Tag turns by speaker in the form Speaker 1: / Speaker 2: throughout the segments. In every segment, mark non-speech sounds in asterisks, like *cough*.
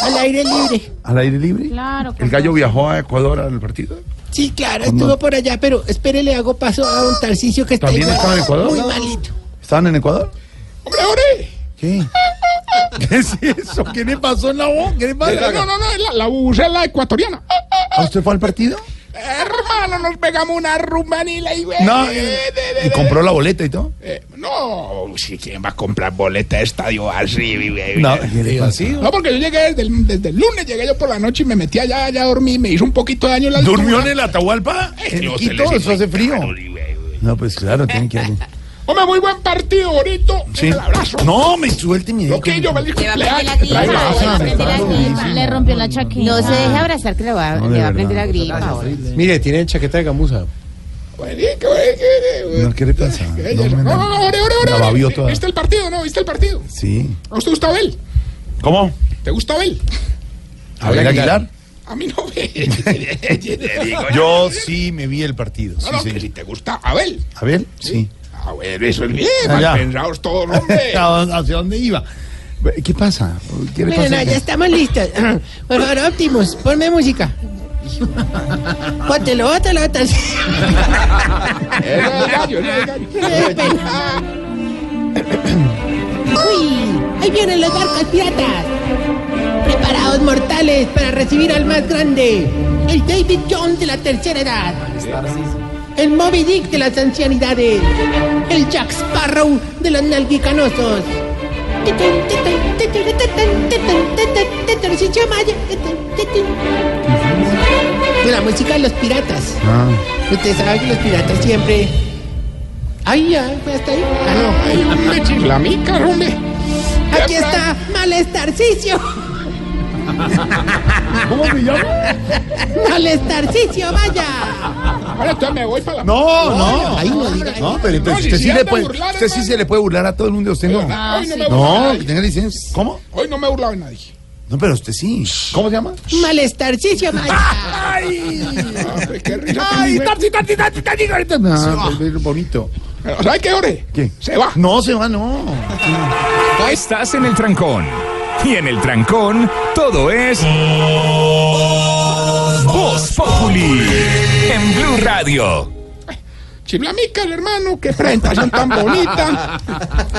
Speaker 1: Al aire libre.
Speaker 2: ¿Al aire libre?
Speaker 3: Claro,
Speaker 2: ¿El
Speaker 3: con
Speaker 2: gallo
Speaker 3: razón.
Speaker 2: viajó a Ecuador al partido?
Speaker 1: Sí, claro, estuvo por allá, pero espere, le hago paso a un Tarcicio que está
Speaker 2: ¿También
Speaker 1: igual-
Speaker 2: estaba en Ecuador?
Speaker 1: Muy
Speaker 2: No.
Speaker 1: malito.
Speaker 2: ¿Estaban en Ecuador?
Speaker 1: ¡Hombre, hombre!
Speaker 2: ¿Qué? *laughs* ¿Qué es eso? ¿Qué le pasó en la voz? ¿Qué le
Speaker 3: No,
Speaker 2: pasa?
Speaker 3: no, no, no, la, la bubucela ecuatoriana.
Speaker 2: ¿A usted fue al partido?
Speaker 3: Hermano, nos pegamos una rumbanila y...
Speaker 2: No.
Speaker 3: Eh, de- de-
Speaker 2: ¿Y
Speaker 3: de-
Speaker 2: compró la boleta y todo?
Speaker 3: eh, no, si quién va a comprar boleta de estadio así, mi güey?
Speaker 2: No, ¿qué le pasa?
Speaker 3: No, porque yo llegué desde el, desde el lunes, llegué yo por la noche y me metí allá, allá dormí, me hizo un poquito de daño la altura.
Speaker 2: ¿Durmió en el Atahualpa?
Speaker 3: Eh,
Speaker 2: ¿En
Speaker 3: los
Speaker 2: Quito?
Speaker 3: teléfonos,
Speaker 2: Eso hace frío.
Speaker 3: claro, mi güey, güey.
Speaker 2: No, pues claro, tienen que *laughs* ir.
Speaker 3: Hombre, muy buen partido, bonito.
Speaker 2: Sí.
Speaker 3: El abrazo.
Speaker 2: No, me suelte mi dedo.
Speaker 3: Loquillo, feliz cumpleaños.
Speaker 2: clima,
Speaker 3: Traiga
Speaker 2: le va a
Speaker 3: agua.
Speaker 2: prender la clima.
Speaker 4: Le rompió la chaqueta. No se deje abrazar que le va,
Speaker 2: No, de
Speaker 4: le va
Speaker 2: verdad.
Speaker 4: a prender la gripa. ahora.
Speaker 5: Mire, tienen chaqueta de gamuza.
Speaker 3: Marica, güey, qué-
Speaker 2: No, ¿qué le pasa?
Speaker 3: qué-
Speaker 2: No,
Speaker 3: No,
Speaker 2: me-
Speaker 3: no, no, ore, ore, ore,
Speaker 2: La
Speaker 3: ore.
Speaker 2: babió toda.
Speaker 3: ¿Viste el partido, no? ¿Viste el partido?
Speaker 2: Sí.
Speaker 3: ¿A usted gusta Abel?
Speaker 2: ¿Cómo?
Speaker 3: ¿Te gusta Abel?
Speaker 2: ¿Abel Aguilar?
Speaker 3: A mí no *laughs* me.
Speaker 2: Yo sí me vi el partido.
Speaker 3: No, no,
Speaker 2: Sí,
Speaker 3: que si
Speaker 2: sí.
Speaker 3: te gusta Abel.
Speaker 2: ¿Abel? Sí.
Speaker 3: Abel, eso es bien.
Speaker 2: Ah, ya.
Speaker 3: Mal pensados todos,
Speaker 2: *laughs*
Speaker 3: hombre.
Speaker 2: ¿A dónde- ¿Hacia dónde iba? ¿Qué pasa? ¿Qué le
Speaker 1: Bueno,
Speaker 2: pasa?
Speaker 1: no, ya estamos listos. *clears throat* Por favor, Optimus, ponme música. Póntelo, bótalo, Tarcicio.
Speaker 3: Eso es gallo, eso es gallo.
Speaker 1: Qué pena. ¡Uy! Ahí vienen los barcos piratas. Preparados mortales para recibir al más grande. El David Jones de la tercera edad. El Moby Dick de las ancianidades. El Jack Sparrow de los nalguicanosos. De la música de los piratas.
Speaker 2: Ah,
Speaker 1: Usted sabe que los piratas siempre. Ay, ya, fue hasta ahí. Ah, no.
Speaker 3: Ay, hombre, chiflamica, hombre.
Speaker 1: Aquí está Malestarcicio.
Speaker 2: ¿Cómo me llamo?
Speaker 1: Malestarcicio, vaya.
Speaker 3: Ahora entonces me voy para la.
Speaker 2: No, no. Ahí no,
Speaker 1: diga.
Speaker 2: no, pero
Speaker 3: No,
Speaker 2: entonces
Speaker 3: si
Speaker 2: usted
Speaker 3: se
Speaker 2: sí le
Speaker 3: anda
Speaker 2: puede,
Speaker 3: burlando,
Speaker 2: usted sí
Speaker 3: hermano.
Speaker 2: se le puede burlar a todo el mundo, usted no.
Speaker 3: Ah, Hoy no me burlo
Speaker 2: No,
Speaker 3: de
Speaker 2: que
Speaker 3: nadie.
Speaker 2: tenga licencia. ¿Cómo?
Speaker 3: Hoy no me he burlado de nadie.
Speaker 2: No, pero usted sí. ¿Cómo se llama?
Speaker 6: Ah,
Speaker 1: Malestarcicio, vaya.
Speaker 3: Ah, Hombre, qué risa.
Speaker 2: Ay,
Speaker 3: tan-
Speaker 2: tarti, tarti, tarti, tarti, ahorita. No, pero es bonito.
Speaker 3: Pero, ¿Sabe qué, Ore?
Speaker 2: ¿Qué?
Speaker 3: Se va.
Speaker 2: No, se va, no.
Speaker 7: Estás en el trancón. Y en el trancón, todo es. Voz Populi. En Blue Radio.
Speaker 3: Chiflamica, el hermano, qué presentación tan bonita.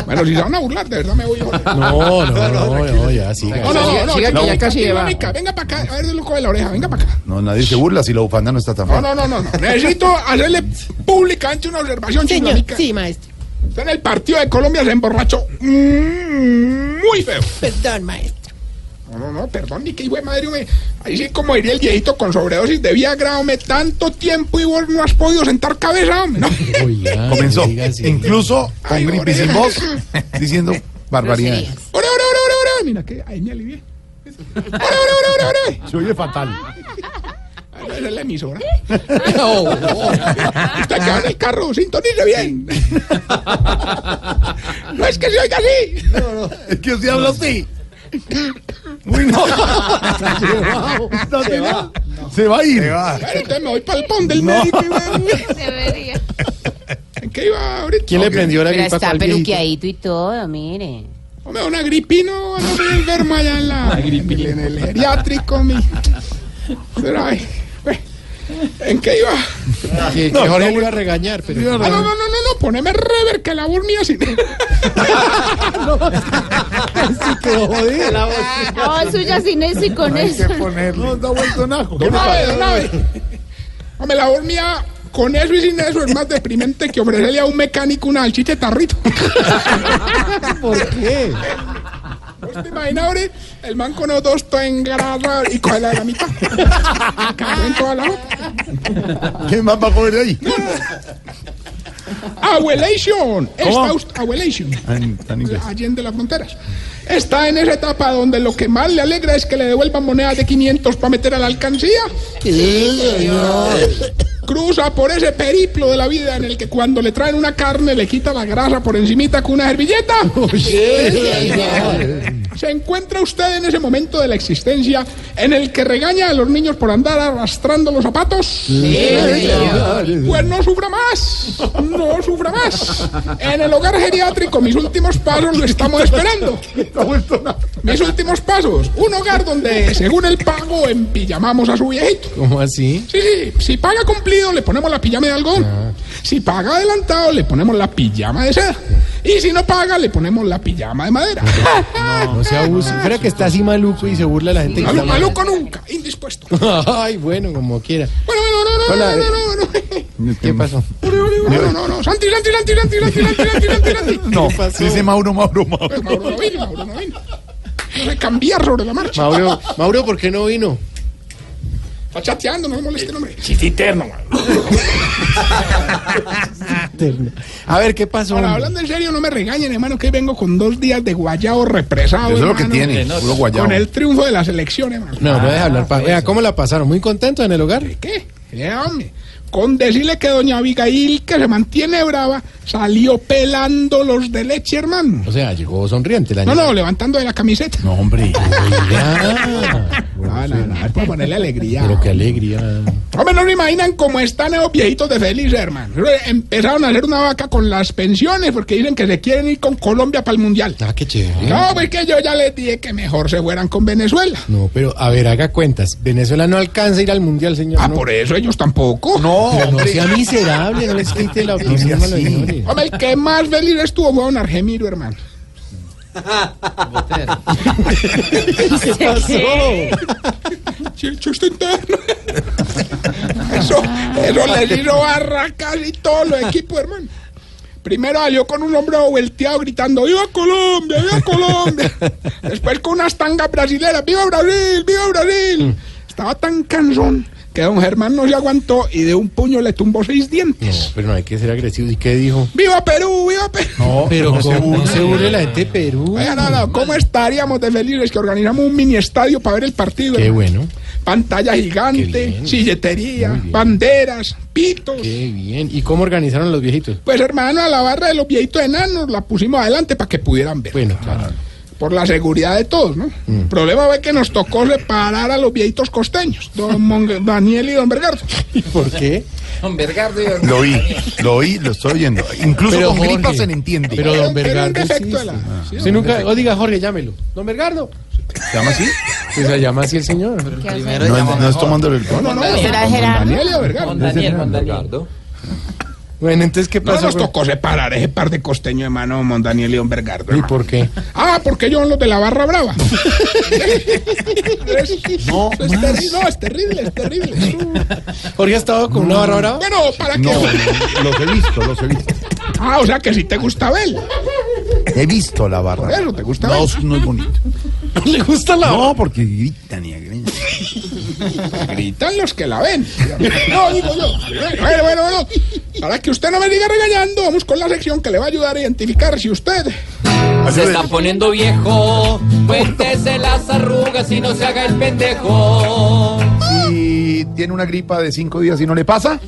Speaker 3: Bueno, si se van a burlar, de verdad me voy. Ore.
Speaker 5: *laughs* No, no, no, no, ya, sí.
Speaker 3: No, no, no, no,
Speaker 5: siga,
Speaker 3: chica,
Speaker 5: que ya casi
Speaker 3: chica,
Speaker 5: va.
Speaker 3: chica, Venga para acá, a ver de loco de la oreja, venga para acá.
Speaker 2: No, nadie se burla si la bufanda no está tan
Speaker 3: No,
Speaker 2: fea.
Speaker 3: no, no, no, no. Necesito hacerle públicamente una observación,
Speaker 1: Señor,
Speaker 3: chica.
Speaker 1: sí, maestro.
Speaker 3: Usted En el partido de Colombia se emborrachó mm, muy feo.
Speaker 1: Perdón, maestro.
Speaker 3: No, no, no, perdón, ni que hijo de madre, hombre. Ahí sí, como diría el viejito con sobredosis de Viagra, hombre, tanto tiempo y vos no has podido sentar cabeza, hombre. No.
Speaker 5: Oiga,
Speaker 2: Comenzó.
Speaker 5: no diga así.
Speaker 2: Incluso
Speaker 3: Ay,
Speaker 2: con Gripis sin voz,
Speaker 3: Jorge. *laughs*
Speaker 2: diciendo barbaridades.
Speaker 4: Groserías.
Speaker 3: Ore, ore, ore, ore, ore. Mira que ahí me alivié. Ore, ore, ore, ore, ore.
Speaker 2: Se oye
Speaker 5: *laughs*
Speaker 2: fatal.
Speaker 3: Ay, no, esa es la emisora. Está acá en el carro, sintonice bien. *laughs* No es que se oiga así.
Speaker 2: Es que usted habla así. Uy, no. Se va. No, se, va. se va a ir.
Speaker 3: Bueno, entonces me voy para el pon del médico. y bueno,
Speaker 4: Debería.
Speaker 3: ¿En qué iba ahorita?
Speaker 5: ¿Quién le prendió la
Speaker 4: Pero
Speaker 5: gripa a
Speaker 4: está
Speaker 5: cuál viejito?
Speaker 4: peluqueadito y todo, mire.
Speaker 3: Hombre, una gripino, no soy enfermo allá en la. En el geriátrico, mi. Pero, ay, bueno, ¿En qué iba?
Speaker 5: Que, que Jorge le iba a regañar, pero...
Speaker 3: Ah, no, no, no, no, no, poneme rever que la voz mía sí.
Speaker 5: La voz.
Speaker 4: No, suya sin eso y con eso.
Speaker 2: No, está vuelto najo.
Speaker 3: De una vez, de una vez. *laughs* Hombre, la voz mía con eso y sin eso es más deprimente que ofrecerle a un mecánico una salchicha de tarrito.
Speaker 5: *laughs* ¿Por qué?
Speaker 3: ¿Te imaginas, hombre? El man con los dos está engrasado y con la de la
Speaker 5: *laughs*
Speaker 3: mitad. Cagó en toda la boca.
Speaker 2: ¿Quién más va a comer de ahí?
Speaker 3: Abuelation.
Speaker 2: ¿Cómo?
Speaker 3: Está usted- Abuelation.
Speaker 2: Tan- tan inglés.
Speaker 3: Allende las fronteras. está en esa etapa donde lo que más le alegra es que le devuelvan monedas de 500 para meter a la alcancía. Cruza por ese periplo de la vida en el que cuando le traen una carne le quita la grasa por encimita con una servilleta. Se encuentra usted en ese momento de la existencia en el que regaña a los niños por andar arrastrando los zapatos. Pues no sufra más, no sufra más. En el hogar geriátrico mis últimos pasos lo estamos esperando. Mis últimos pasos, un hogar donde según el pago empillamamos a su viejito.
Speaker 5: ¿Cómo así?
Speaker 3: Sí, si paga cumplido le ponemos la pijama de algodón. Si paga adelantado le ponemos la pijama de seda. Y si no paga le ponemos la pijama de madera.
Speaker 5: No se abuse. Creo que está así maluco y se burla de la gente. que
Speaker 3: Malu-
Speaker 5: está mal.
Speaker 3: maluco nunca, indispuesto. Bueno,
Speaker 5: *laughs* Ay, bueno, como quiera.
Speaker 3: bueno, no, no,
Speaker 5: Hola,
Speaker 3: no, no, no, no.
Speaker 2: Este
Speaker 5: ¿Qué pasó?
Speaker 3: No, no, no, no. Santi, Santi, Santi, Santi, Santi, Santi, Santi, Santi, Santi.
Speaker 2: No,
Speaker 5: ¿Qué pasó?
Speaker 2: dice Mauro, Mauro, Mauro.
Speaker 3: Mauro no vino, Mauro no vino. No sé cambiar sobre la marcha.
Speaker 5: Mauro, Mauro, ¿por qué no vino?
Speaker 3: Está chateando, no me moleste, hombre.
Speaker 5: A ver, ¿qué pasó?
Speaker 3: Ahora, hablando en serio, no me regañen, hermano, que hoy vengo con dos días de guayao represado,
Speaker 2: Eso es lo que
Speaker 3: hermano,
Speaker 2: tiene, puro guayabo.
Speaker 3: Con el triunfo de la selección, hermano.
Speaker 5: No, no deja hablar. pa- Vea, ¿cómo la pasaron? ¿Muy contentos en el hogar?
Speaker 3: ¿Qué? Eh, hombre, Con decirle que doña Abigail, que se mantiene brava, salió pelando los de leche, hermano.
Speaker 5: O sea, llegó sonriente la
Speaker 3: No,
Speaker 5: niña.
Speaker 3: no, levantando de la camiseta.
Speaker 2: No, hombre.
Speaker 5: Ah,
Speaker 3: No, no, no, es para ponerle alegría.
Speaker 5: pero qué alegría.
Speaker 3: Hombre, no se imaginan cómo están esos viejitos de feliz, hermano. Empezaron a hacer una vaca con las pensiones porque dicen que se quieren ir con Colombia para el Mundial.
Speaker 5: Ah, qué chévere.
Speaker 3: No, pues que yo ya les dije que mejor se fueran con Venezuela.
Speaker 5: No, pero a ver, haga cuentas. Venezuela no alcanza a ir al mundial, señor.
Speaker 3: Ah,
Speaker 5: no,
Speaker 3: por eso ellos tampoco.
Speaker 2: No,
Speaker 5: Pero no
Speaker 2: hombre.
Speaker 5: sea miserable, *laughs* no les quite la opinión a los señores.
Speaker 3: Hombre, el que más feliz estuvo fue don Argemiro, hermano. Chiste interno. *laughs* Eso, eso le hizo barra casi todos los equipos, hermano. Primero salió con un hombro volteado gritando, ¡Viva Colombia! ¡Viva
Speaker 5: *laughs*
Speaker 3: Colombia! Después con unas tangas brasileras, ¡Viva Brasil! ¡Viva
Speaker 5: Mm.
Speaker 3: Brasil! Estaba tan cansón que don Germán no se aguantó y de un puño le tumbó seis
Speaker 5: No,
Speaker 3: dientes.
Speaker 5: pero no hay que ser agresivos. ¿Y qué dijo?
Speaker 3: ¡Viva Perú! ¡Viva Perú!
Speaker 5: No, pero
Speaker 2: no se
Speaker 5: ¿cómo
Speaker 2: burle.
Speaker 5: *laughs* se burle la gente de Perú.
Speaker 3: Oiga, no, no, ¿cómo estaríamos de felices que organizamos un mini estadio para ver el partido?
Speaker 5: Qué
Speaker 3: hermano?
Speaker 5: bueno,
Speaker 3: Pantalla
Speaker 5: Qué
Speaker 3: gigante,
Speaker 5: bien. Muy
Speaker 3: silletería,
Speaker 5: bien.
Speaker 3: banderas, pitos.
Speaker 5: qué bien. ¿Y cómo organizaron los viejitos?
Speaker 3: Pues hermano, a la barra de los viejitos enanos la pusimos adelante para que pudieran ver.
Speaker 5: Bueno, claro. Mm.
Speaker 3: Por la seguridad de todos, ¿no? El problema fue que nos tocó separar a los viejitos costeños, don Mon- *laughs* Daniel y don Bergardo.
Speaker 5: ¿Y por qué?
Speaker 2: Lo oí, lo oí, lo estoy oyendo. Incluso
Speaker 5: Pero
Speaker 2: con
Speaker 5: Jorge,
Speaker 2: gripa se le entiende.
Speaker 5: Pero don
Speaker 3: Era un
Speaker 5: Bergardo. Sí, Ah.
Speaker 3: defecto de la-
Speaker 5: sí. Sí, nunca, o diga Jorge, llámelo. Don Bergardo.
Speaker 2: ¿Se llama así?
Speaker 5: Sí, se llama así el señor.
Speaker 2: No, no, no es tomando el tono.
Speaker 3: No, no,
Speaker 4: ¿Será
Speaker 3: don
Speaker 4: Gerardo?
Speaker 3: Daniel y don Bergardo.
Speaker 5: Bueno, entonces, ¿qué
Speaker 3: No
Speaker 5: pasó?
Speaker 3: nos tocó separar ese par de costeños, hermano, Mon Daniel y don Bergardo.
Speaker 5: ¿Y
Speaker 3: hermano.
Speaker 5: por qué?
Speaker 3: Ah, porque yo los de la barra brava. Es-
Speaker 2: No
Speaker 3: eso es terri- no, es terrible, es terrible. Es un-
Speaker 5: Jorge ha estado con una barra brava.
Speaker 3: Bueno, ¿para qué?
Speaker 2: No, los he visto, los he visto.
Speaker 3: Ah, o sea que si te gusta Abel.
Speaker 2: He visto la barra.
Speaker 3: Por eso, ¿te gusta
Speaker 2: No,
Speaker 3: ver?
Speaker 2: no es bonito.
Speaker 5: *laughs* ¿Le gusta la
Speaker 2: No, porque gritan y agregan.
Speaker 3: Gritan los que la ven. No, digo yo. Bueno, bueno, bueno. Para que usted no me siga regañando, vamos con la sección que le va a ayudar a identificar si usted.
Speaker 6: Se está poniendo viejo, cuéntese las arrugas y no se haga el pendejo.
Speaker 2: Si tiene una gripa de cinco días y no le pasa,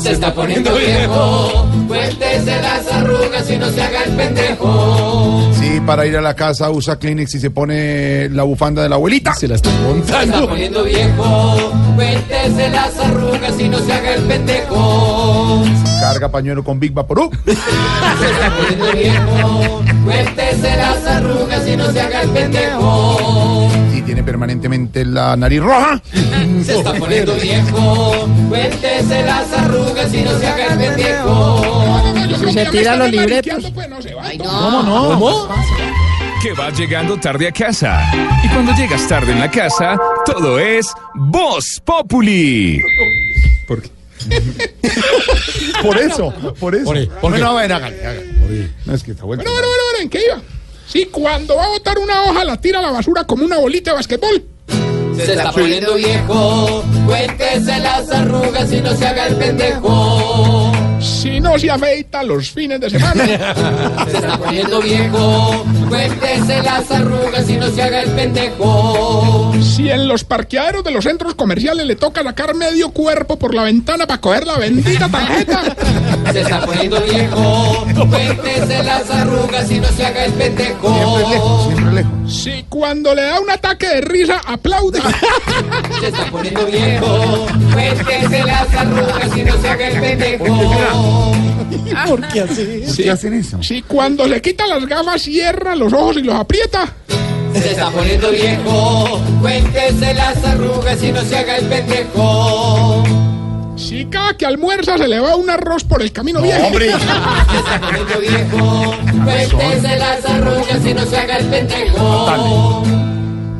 Speaker 6: Se está poniendo viejo, cuéntese las arrugas y no se haga el pendejo.
Speaker 2: si para ir a la casa usa Kleenex y se pone la bufanda de la abuelita,
Speaker 5: Se la está
Speaker 6: Se está
Speaker 5: montando.
Speaker 6: poniendo viejo, cuéntese las arrugas y no se haga el pendejo.
Speaker 2: carga pañuelo con Big Vaporú.
Speaker 6: Se está poniendo viejo, cuéntese las arrugas y no se haga el pendejo.
Speaker 2: Si tiene permanentemente la nariz roja,
Speaker 6: Se está poniendo viejo, cuéntese las arrugas y no se haga el pendejo.
Speaker 3: No, no, yo creo que ya
Speaker 4: Se
Speaker 3: me
Speaker 4: tira
Speaker 3: están
Speaker 4: los
Speaker 3: mariqueando, pues, no se va, entonces.
Speaker 7: Que vas llegando tarde a casa. Y cuando llegas tarde en la casa, todo es Voz Populi.
Speaker 2: por eso, por eso. No, no, ven, hágale, hágale. No es que está vuelta.
Speaker 3: Bueno, bueno, bueno, bueno, ¿en qué iba? Si cuando va a botar una hoja la tira a la basura como una bolita de basquetbol.
Speaker 6: Se está poniendo viejo, cuéntese las arrugas y no se haga el pendejo.
Speaker 3: Si no se afeita los fines de semana.
Speaker 6: Se está poniendo viejo, cuéntese las arrugas y no se haga el pendejo.
Speaker 3: Si en los parqueaderos de los centros comerciales le toca sacar medio cuerpo por la ventana para coger la bendita tarjeta.
Speaker 6: Se está poniendo viejo, cuéntese las arrugas y no se haga el pendejo.
Speaker 2: Siempre lejos.
Speaker 3: Si cuando le da un ataque de risa aplaude.
Speaker 6: Se está poniendo viejo, cuéntese las arrugas y no se haga el pendejo.
Speaker 2: ¿Por qué así? ¿Por qué hacen eso?
Speaker 3: Si cuando le quita las gafas cierra los ojos y los aprieta.
Speaker 6: Se está poniendo viejo, cuéntese las arrugas y no se haga el pendejo.
Speaker 3: Si cada que almuerza se le va un arroz por el camino viejo.
Speaker 2: Hombre,
Speaker 6: Se está poniendo viejo, cuéntese las arrugas y no se haga el pendejo.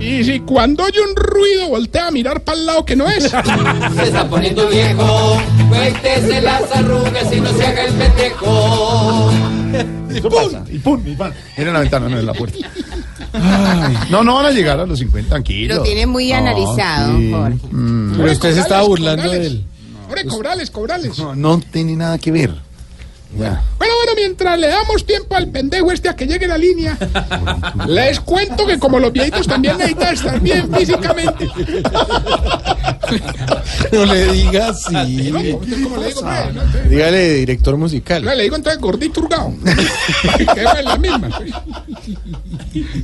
Speaker 3: Y si cuando oye un ruido voltea a mirar para el lado que no es.
Speaker 6: Se está poniendo viejo, cuéntese las arrugas y no se haga el pendejo.
Speaker 2: y pum, y pum, y pam. Era la ventana, no en la puerta. Ay, no, no van a llegar a los 50, tranquilo.
Speaker 4: Lo tiene muy analizado, Jorge.
Speaker 5: Pero usted se estaba burlando de
Speaker 3: cobrales.
Speaker 5: él.
Speaker 3: Hombre, cobrales, cobrales.
Speaker 2: No, no tiene nada que ver. Ya.
Speaker 3: Bueno, bueno, mientras le damos tiempo al pendejo este a que llegue la línea, les cuento que como los viejitos también necesitan estar bien físicamente.
Speaker 5: *laughs* No le diga *laughs* así.
Speaker 3: No, entonces, como le digo, pues, no, entonces,
Speaker 5: Dígale director musical.
Speaker 3: no, le digo entonces gordito hurgado. *laughs* que es la misma.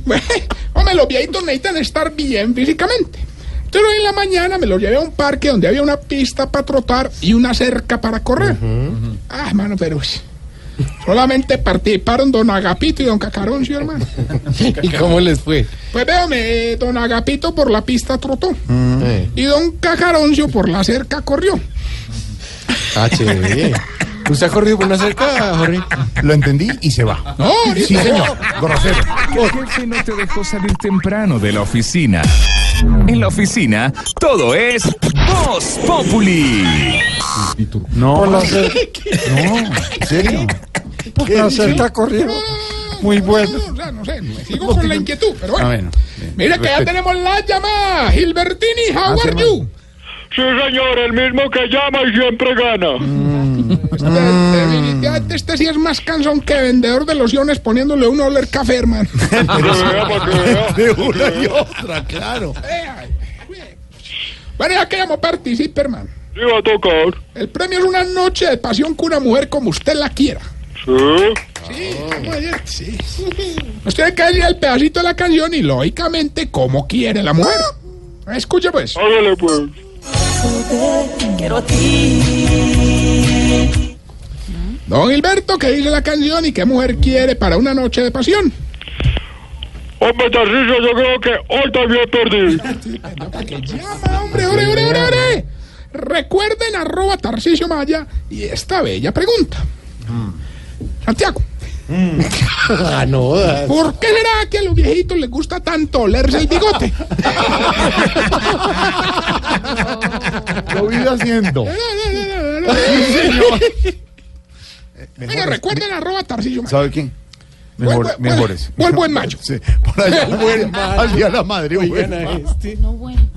Speaker 3: Bueno, *laughs* hombre, los viejitos necesitan estar bien físicamente. Entonces hoy en la mañana me los llevé a un parque donde había una pista para trotar y una cerca para correr. Ah, hermano, pero uy, solamente participaron don Agapito y don Cacaroncio, hermano.
Speaker 5: ¿Y cómo les fue?
Speaker 3: Pues véame, eh, don Agapito por la pista trotó
Speaker 5: Eh,
Speaker 3: y don Cacaroncio por la cerca corrió.
Speaker 5: Ah, chévere. ¿Usted ha corrido por una cerca, Jorge?
Speaker 2: Lo entendí y se va.
Speaker 3: No, ahorita-
Speaker 2: Sí, señor. Grosero.
Speaker 7: ¿Por qué no te dejó salir temprano de la oficina? En la oficina, todo es Voz Populi.
Speaker 2: No, no, en serio.
Speaker 3: Muy bueno. No, o sea, no sé, me sigo con la inquietud, pero bueno.
Speaker 2: Ah, bueno, bien.
Speaker 3: Mira que ya
Speaker 2: Respeto.
Speaker 3: tenemos la llamada. Gilbertini, how
Speaker 2: Ah, sí,
Speaker 3: are you?
Speaker 8: Sí, señor, el mismo que llama y siempre gana.
Speaker 2: Ah.
Speaker 3: Este, definitivamente este sí es más cansón que vendedor de lociones poniéndole un oler café,
Speaker 2: *laughs*
Speaker 3: hermano.
Speaker 8: Pa' que vea, pa' que vea.
Speaker 2: De una y otra, claro.
Speaker 3: bueno, ya que llamo participe, hermano.
Speaker 8: Sí, va a tocar.
Speaker 3: El premio es una noche de pasión con una mujer como usted la quiera.
Speaker 8: Sí.
Speaker 3: Sí, vamos a decir, sí. *laughs* Nos tiene que decir el pedacito de la canción y lógicamente como quiere la mujer. Escuche pues.
Speaker 8: Hágale, pues.
Speaker 3: Don Gilberto, ¿qué dice la canción y qué mujer quiere para una noche de pasión?
Speaker 8: Hombre, Tarcillo, yo creo que hoy también perdí.
Speaker 3: Llama, hombre, ore, ore, ore, ore. Recuerden arroba Tarcisio Maya y esta bella pregunta. Santiago,
Speaker 5: Ah, no. da-
Speaker 3: ¿por qué será que a los viejitos les gusta tanto olerse el bigote?
Speaker 2: Lo vive haciendo.
Speaker 3: Bueno, recuerden arroba Tarcisio Maya.
Speaker 2: ¿Sabe quién? Mejor,
Speaker 3: Vuelvo-
Speaker 2: mejores. *laughs*
Speaker 3: vuelvo en mayo.
Speaker 2: Sí, por allá. Buen, hacia la madre. buen
Speaker 5: Oigan a
Speaker 2: mayo.
Speaker 5: este.